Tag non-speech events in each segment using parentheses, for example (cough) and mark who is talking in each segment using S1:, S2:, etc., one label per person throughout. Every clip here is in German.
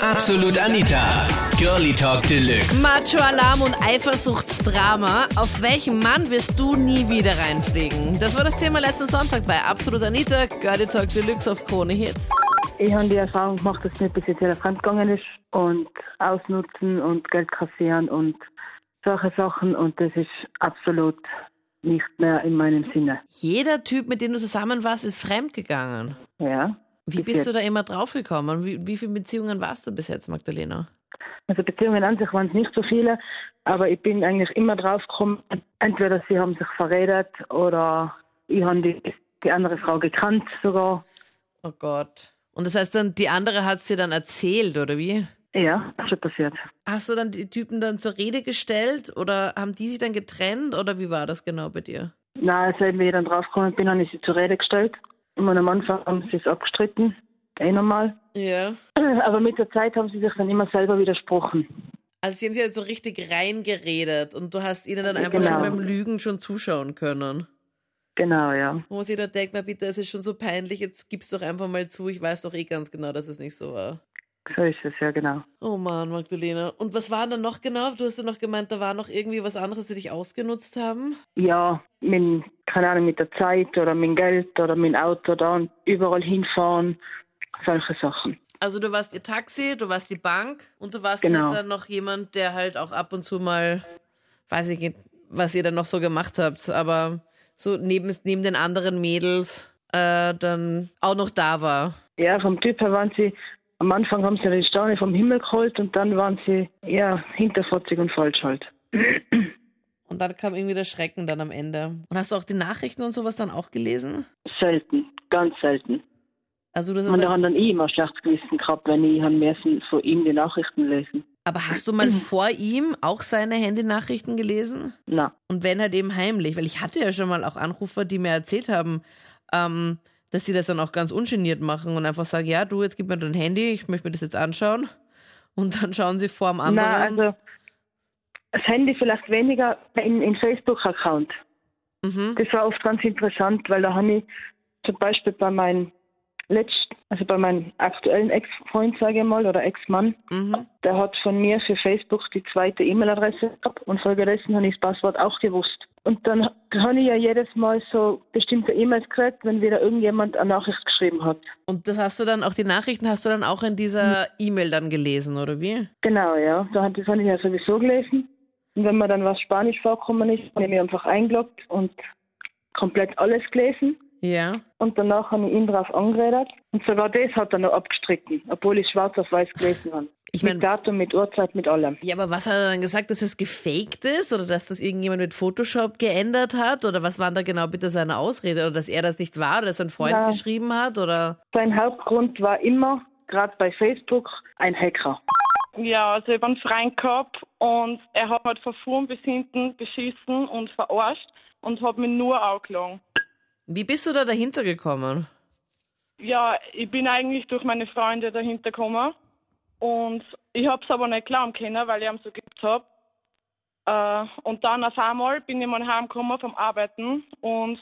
S1: Absolut Anita. Girlie Talk Deluxe.
S2: Macho-Alarm und Eifersuchtsdrama. Auf welchen Mann wirst du nie wieder reinfliegen? Das war das Thema letzten Sonntag bei Absolut Anita, Girlie Talk Deluxe auf Krone Hit.
S3: Ich habe die Erfahrung gemacht, dass mir bis jetzt jeder fremdgegangen ist und ausnutzen und Geld kassieren und solche Sachen und das ist absolut nicht mehr in meinem Sinne.
S2: Jeder Typ, mit dem du zusammen warst, ist fremdgegangen.
S3: Ja.
S2: Wie
S3: Bis
S2: bist du
S3: jetzt.
S2: da immer draufgekommen? Wie, wie viele Beziehungen warst du bis jetzt, Magdalena?
S3: Also Beziehungen an sich waren es nicht so viele, aber ich bin eigentlich immer drauf gekommen, entweder sie haben sich verredet oder ich habe die, die andere Frau gekannt sogar.
S2: Oh Gott. Und das heißt dann, die andere hat es dir dann erzählt, oder wie?
S3: Ja, das ist schon passiert.
S2: Hast du dann die Typen dann zur Rede gestellt oder haben die sich dann getrennt oder wie war das genau bei dir?
S3: Na, als also ich dann draufgekommen bin, habe ich sie zur Rede gestellt. Und am Anfang haben sie es abgestritten, eh nochmal.
S2: Ja.
S3: (clears throat) Aber mit der Zeit haben sie sich dann immer selber widersprochen.
S2: Also sie haben sich halt so richtig reingeredet und du hast ihnen dann einfach
S3: Genau.
S2: schon beim Lügen schon zuschauen können.
S3: Genau, ja.
S2: Wo man sich da denkt, na bitte, es ist schon so peinlich, jetzt gib's doch einfach mal zu, ich weiß doch eh ganz genau, dass es nicht so war.
S3: So ist es, ja, genau.
S2: Oh Mann, Magdalena. Und was war dann noch genau? Du hast ja noch gemeint, da war noch irgendwie was anderes, die dich ausgenutzt haben.
S3: Ja, mit, keine Ahnung, mit der Zeit oder mit dem Geld oder mit dem Auto dann überall hinfahren, solche Sachen.
S2: Also du warst ihr Taxi, du warst die Bank und du warst
S3: Genau.
S2: halt dann noch jemand, der halt auch ab und zu mal, weiß ich nicht, was ihr dann noch so gemacht habt, aber so neben, neben den anderen Mädels äh, dann auch noch da war.
S3: Ja, vom Typ her waren sie, am Anfang haben sie die Steine vom Himmel geholt und dann waren sie, ja, hinterfotzig und falsch halt.
S2: Und dann kam irgendwie der Schrecken dann am Ende. Und hast du auch die Nachrichten und sowas dann auch gelesen?
S3: Selten, ganz selten.
S2: Also du hast
S3: Und da
S2: gesagt,
S3: haben dann ich immer schlechtes Gewissen gehabt, wenn ich haben müssen von ihm die Nachrichten lesen.
S2: aber hast du
S3: (clears throat)
S2: mal vor ihm auch seine Handynachrichten gelesen?
S3: Na,
S2: Und wenn halt eben heimlich, weil ich hatte ja schon mal auch Anrufer, die mir erzählt haben, ähm, dass sie das dann auch ganz ungeniert machen und einfach sagen, ja, du, jetzt gib mir dein Handy, ich möchte mir das jetzt anschauen. Und dann schauen sie vor dem anderen.
S3: na also das Handy vielleicht weniger in, in Facebook-Account.
S2: mhm.
S3: Das war oft ganz interessant, weil da habe ich zum Beispiel bei meinem letzten, also bei meinem aktuellen Ex-Freund, sage ich mal, oder Ex-Mann,
S2: Mhm.
S3: der hat von mir für Facebook die zweite E-Mail-Adresse gehabt und folgedessen habe ich das Passwort auch gewusst. Und dann habe ich ja jedes Mal so bestimmte E-Mails gekriegt, wenn wieder irgendjemand eine Nachricht geschrieben hat.
S2: Und das hast du dann auch, die Nachrichten hast du dann auch in dieser
S3: Hm.
S2: E-Mail dann gelesen, oder wie?
S3: Genau, ja. Da hat, das habe ich ja sowieso gelesen. Und wenn mir dann was Spanisch vorkommen ist, habe ich mich einfach eingeloggt und komplett alles gelesen.
S2: Ja.
S3: Und danach habe ich ihn drauf angeredet. Und sogar das hat er noch abgestritten, obwohl ich schwarz auf weiß gelesen habe.
S2: Ich meine,
S3: mit Datum, mit Uhrzeit, mit allem.
S2: ja, aber was hat er dann gesagt, dass es gefaked ist oder dass das irgendjemand mit Photoshop geändert hat? Oder was waren da genau bitte seine Ausrede? Oder dass er das nicht war oder dass ein Freund
S3: Na.
S2: geschrieben hat? Oder
S3: Sein Hauptgrund war immer, gerade bei Facebook, ein Hacker.
S4: Ja, also ich habe einen Freund gehabt und er hat halt von vorn bis hinten beschissen und verarscht und hat mich nur angelogen.
S2: Wie bist du da dahinter gekommen?
S4: Ja, ich bin eigentlich durch meine Freunde dahinter gekommen und ich habe es aber nicht glauben können, weil ich ihm so geübt habe. Äh, und dann auf einmal bin ich mal heimgekommen vom Arbeiten und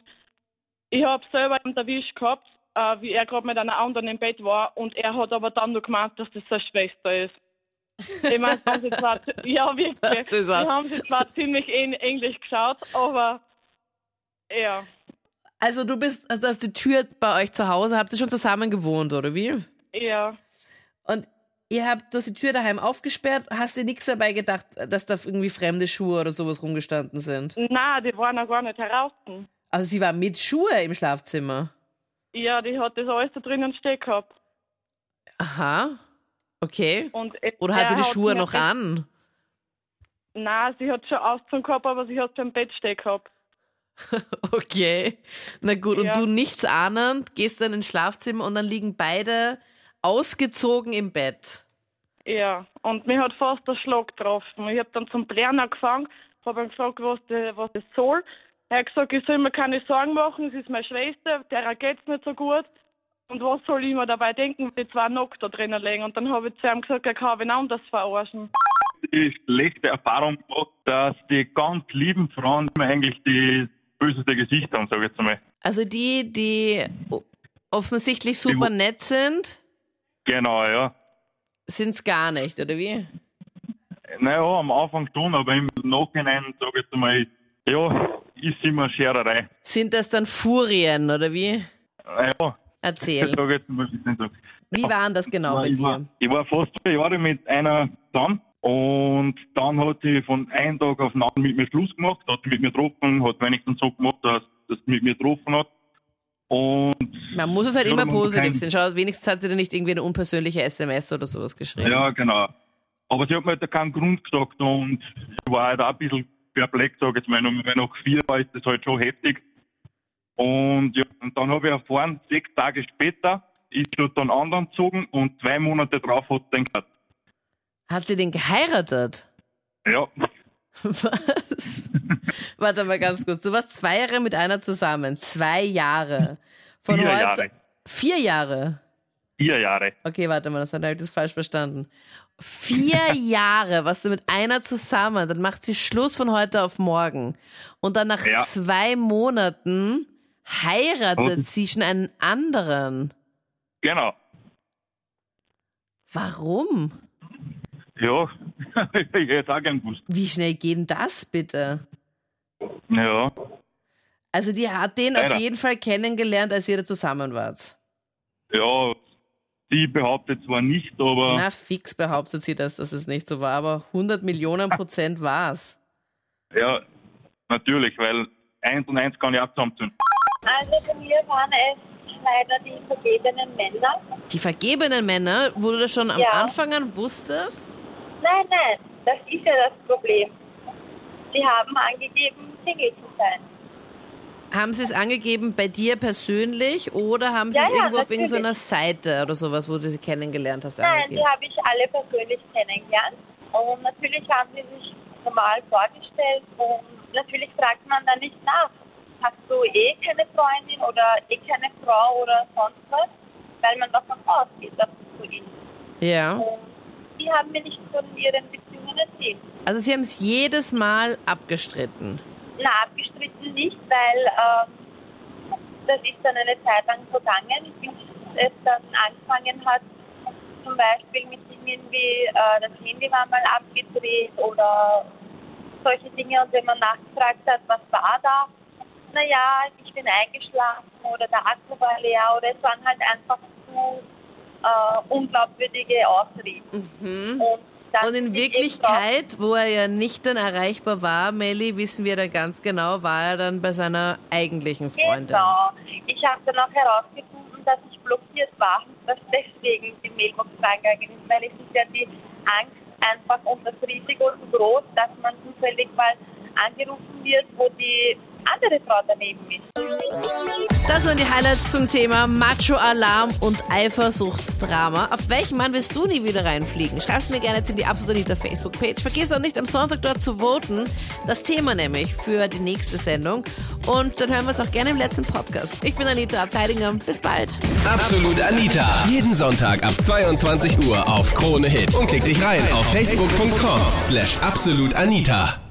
S4: ich habe selber eben erwischt gehabt, äh, wie er gerade mit einer anderen im Bett war und er hat aber dann nur gemeint, dass das seine Schwester ist. Ich meine, sie haben sich
S2: (laughs)
S4: zwar, ja, wirklich,
S2: Das ist
S4: sie
S2: auch-
S4: haben sich zwar ziemlich ähn- ähnlich geschaut, aber ja.
S2: Also du bist, also hast die Tür bei euch zu Hause, habt ihr schon zusammen gewohnt, oder wie?
S4: Ja,
S2: Und ihr habt, du hast die Tür daheim aufgesperrt, hast dir nichts dabei gedacht, dass da irgendwie fremde Schuhe oder sowas rumgestanden sind.
S4: na, die waren ja gar nicht heraus.
S2: Also sie war mit Schuhe im Schlafzimmer.
S4: Ja, die hat das alles da drinnen stehen gehabt.
S2: Aha. Okay.
S4: Und
S2: Oder hatte
S4: er
S2: die
S4: hat
S2: Schuhe
S4: mir
S2: noch
S4: das-
S2: an? (laughs)
S4: Nein, sie hat schon ausgezogen gehabt, aber sie hat beim Bett stehen gehabt.
S2: Okay. Na gut,
S4: Ja.
S2: und du nichts ahnend, gehst dann ins Schlafzimmer und dann liegen beide ausgezogen im Bett.
S4: Ja, und mir hat fast der Schlag getroffen. Ich hab dann zum Blären angefangen, hab ihn gefragt, was, de, was das soll. Er hat gesagt, ich soll mir keine Sorgen machen, es ist meine Schwester, der geht's nicht so gut. Und was soll ich mir dabei denken, wenn die zwei nackt da drinnen liegen? Und dann habe ich zu ihm gesagt, er kann wen anders verarschen.
S5: die schlechte Erfahrung gemacht, dass die ganz lieben Frauen mir eigentlich die böseste Gesicht haben, sage ich jetzt mal.
S2: Also die, die o- offensichtlich super nett sind,
S5: Genau, ja.
S2: sind's gar nicht, oder wie?
S5: Naja, am Anfang schon, aber im Nachhinein, sag ich jetzt mal, ja, ist immer Schererei.
S2: Sind das dann Furien, oder wie?
S5: Naja, ich
S2: Erzähl.
S5: (laughs) sag jetzt mal, wie ich so.
S2: Wie waren das genau bei
S5: ich, war,
S2: dir?
S5: ich war fast zwei Jahre mit einer zusammen und dann hat sie von einem Tag auf den anderen mit mir Schluss gemacht, hat sie mit mir getroffen, hat wenigstens so gemacht, dass dass sie mit mir getroffen hat. Und
S2: Man muss es halt
S5: Ja,
S2: immer
S5: man muss kein-
S2: positiv sehen. Schau, wenigstens hat sie dir nicht irgendwie eine unpersönliche SMS oder sowas geschrieben.
S5: ja, genau. Aber sie hat mir halt keinen Grund gesagt und ich war halt auch ein bisschen perplex, sag ich jetzt mal. Und wenn noch vier war, ist das halt schon heftig. Und ja, und dann habe ich erfahren, sechs Tage später ist sie dann anderen gezogen und zwei Monate drauf hat sie den gehabt.
S2: Hat sie den geheiratet? (laughs)
S5: Ja, (laughs)
S2: Was? Warte mal ganz kurz. Du warst zwei Jahre mit einer zusammen. Zwei Jahre. Von
S5: vier
S2: heute.
S5: Jahre.
S2: Vier Jahre.
S5: Vier Jahre.
S2: Okay, warte mal, das hat halt das falsch verstanden.
S5: (laughs)
S2: Vier Jahre warst du mit einer zusammen, dann macht sie Schluss von heute auf morgen. Und dann nach
S5: Ja.
S2: zwei Monaten heiratet
S5: Oh.
S2: sie schon einen anderen.
S5: Genau.
S2: Warum?
S5: Ja, (laughs) ich hätte auch gern gewusst.
S2: Wie schnell geht denn das bitte?
S5: Ja,
S2: Also die hat den
S5: Leider.
S2: auf jeden Fall kennengelernt, als ihr da zusammen wart.
S5: ja. Sie behauptet zwar nicht, aber
S2: Na, fix behauptet sie das, dass es nicht so war, aber 100 Millionen Prozent war's.
S5: ja, natürlich, weil eins und eins kann ich auch zusammenziehen.
S6: Also bei mir waren es leider die vergebenen Männer.
S2: Die vergebenen Männer, wo du das schon am
S6: Ja.
S2: Anfang an wusstest?
S6: Nein, nein, das ist ja das Problem. Sie haben angegeben, Single zu sein.
S2: Haben sie es angegeben bei dir persönlich oder haben sie
S6: Ja,
S2: es
S6: ja,
S2: irgendwo auf
S6: natürlich.
S2: irgendeiner Seite oder sowas, wo du sie kennengelernt hast,
S6: Nein,
S2: angegeben?
S6: die habe ich alle persönlich kennengelernt. Und natürlich haben sie sich normal vorgestellt. Und natürlich fragt man dann nicht nach, hast du eh keine Freundin oder eh keine Frau oder sonst was, weil man davon ausgeht, dass es so ist.
S2: Ja.
S6: Und die haben mir nicht von ihren Beziehungen erzählt.
S2: Also sie haben es jedes Mal abgestritten.
S6: Na, abgestritten nicht, weil ähm, das ist dann eine Zeit lang vergangen, bis es dann angefangen hat, zum Beispiel mit Dingen wie äh, das Handy war mal abgedreht oder solche Dinge. Und wenn man nachgefragt hat, was war da, naja, ich bin eingeschlafen oder der Akku war leer oder es waren halt einfach zu äh, unglaubwürdige Ausreden.
S2: Mhm.
S6: Und, dann
S2: Und in
S6: bin ich
S2: Wirklichkeit, wo er ja nicht dann erreichbar war, Melly, wissen wir dann ganz genau, war er dann bei seiner eigentlichen Freundin.
S6: Genau. Ich habe dann auch herausgefunden, dass ich blockiert war, dass deswegen die Mailbox reingegangen ist, weil es ist ja die Angst einfach und das Risiko so groß, dass man zufällig mal angerufen wird, wo die andere Frau daneben ist.
S2: Das waren die Highlights zum Thema Macho-Alarm und Eifersuchtsdrama. Auf welchen Mann willst du nie wieder reinfliegen? Schreib's mir gerne jetzt in die Absolut Anita Facebook-Page. Vergiss auch nicht, am Sonntag dort zu voten. Das Thema nämlich für die nächste Sendung. Und dann hören wir uns auch gerne im letzten Podcast. Ich bin Anita Abteidinger. Bis bald.
S1: Absolut Anita. Jeden Sonntag ab 22 Uhr auf Krone Hit. Und klick dich rein auf facebook.com slash absolutanita.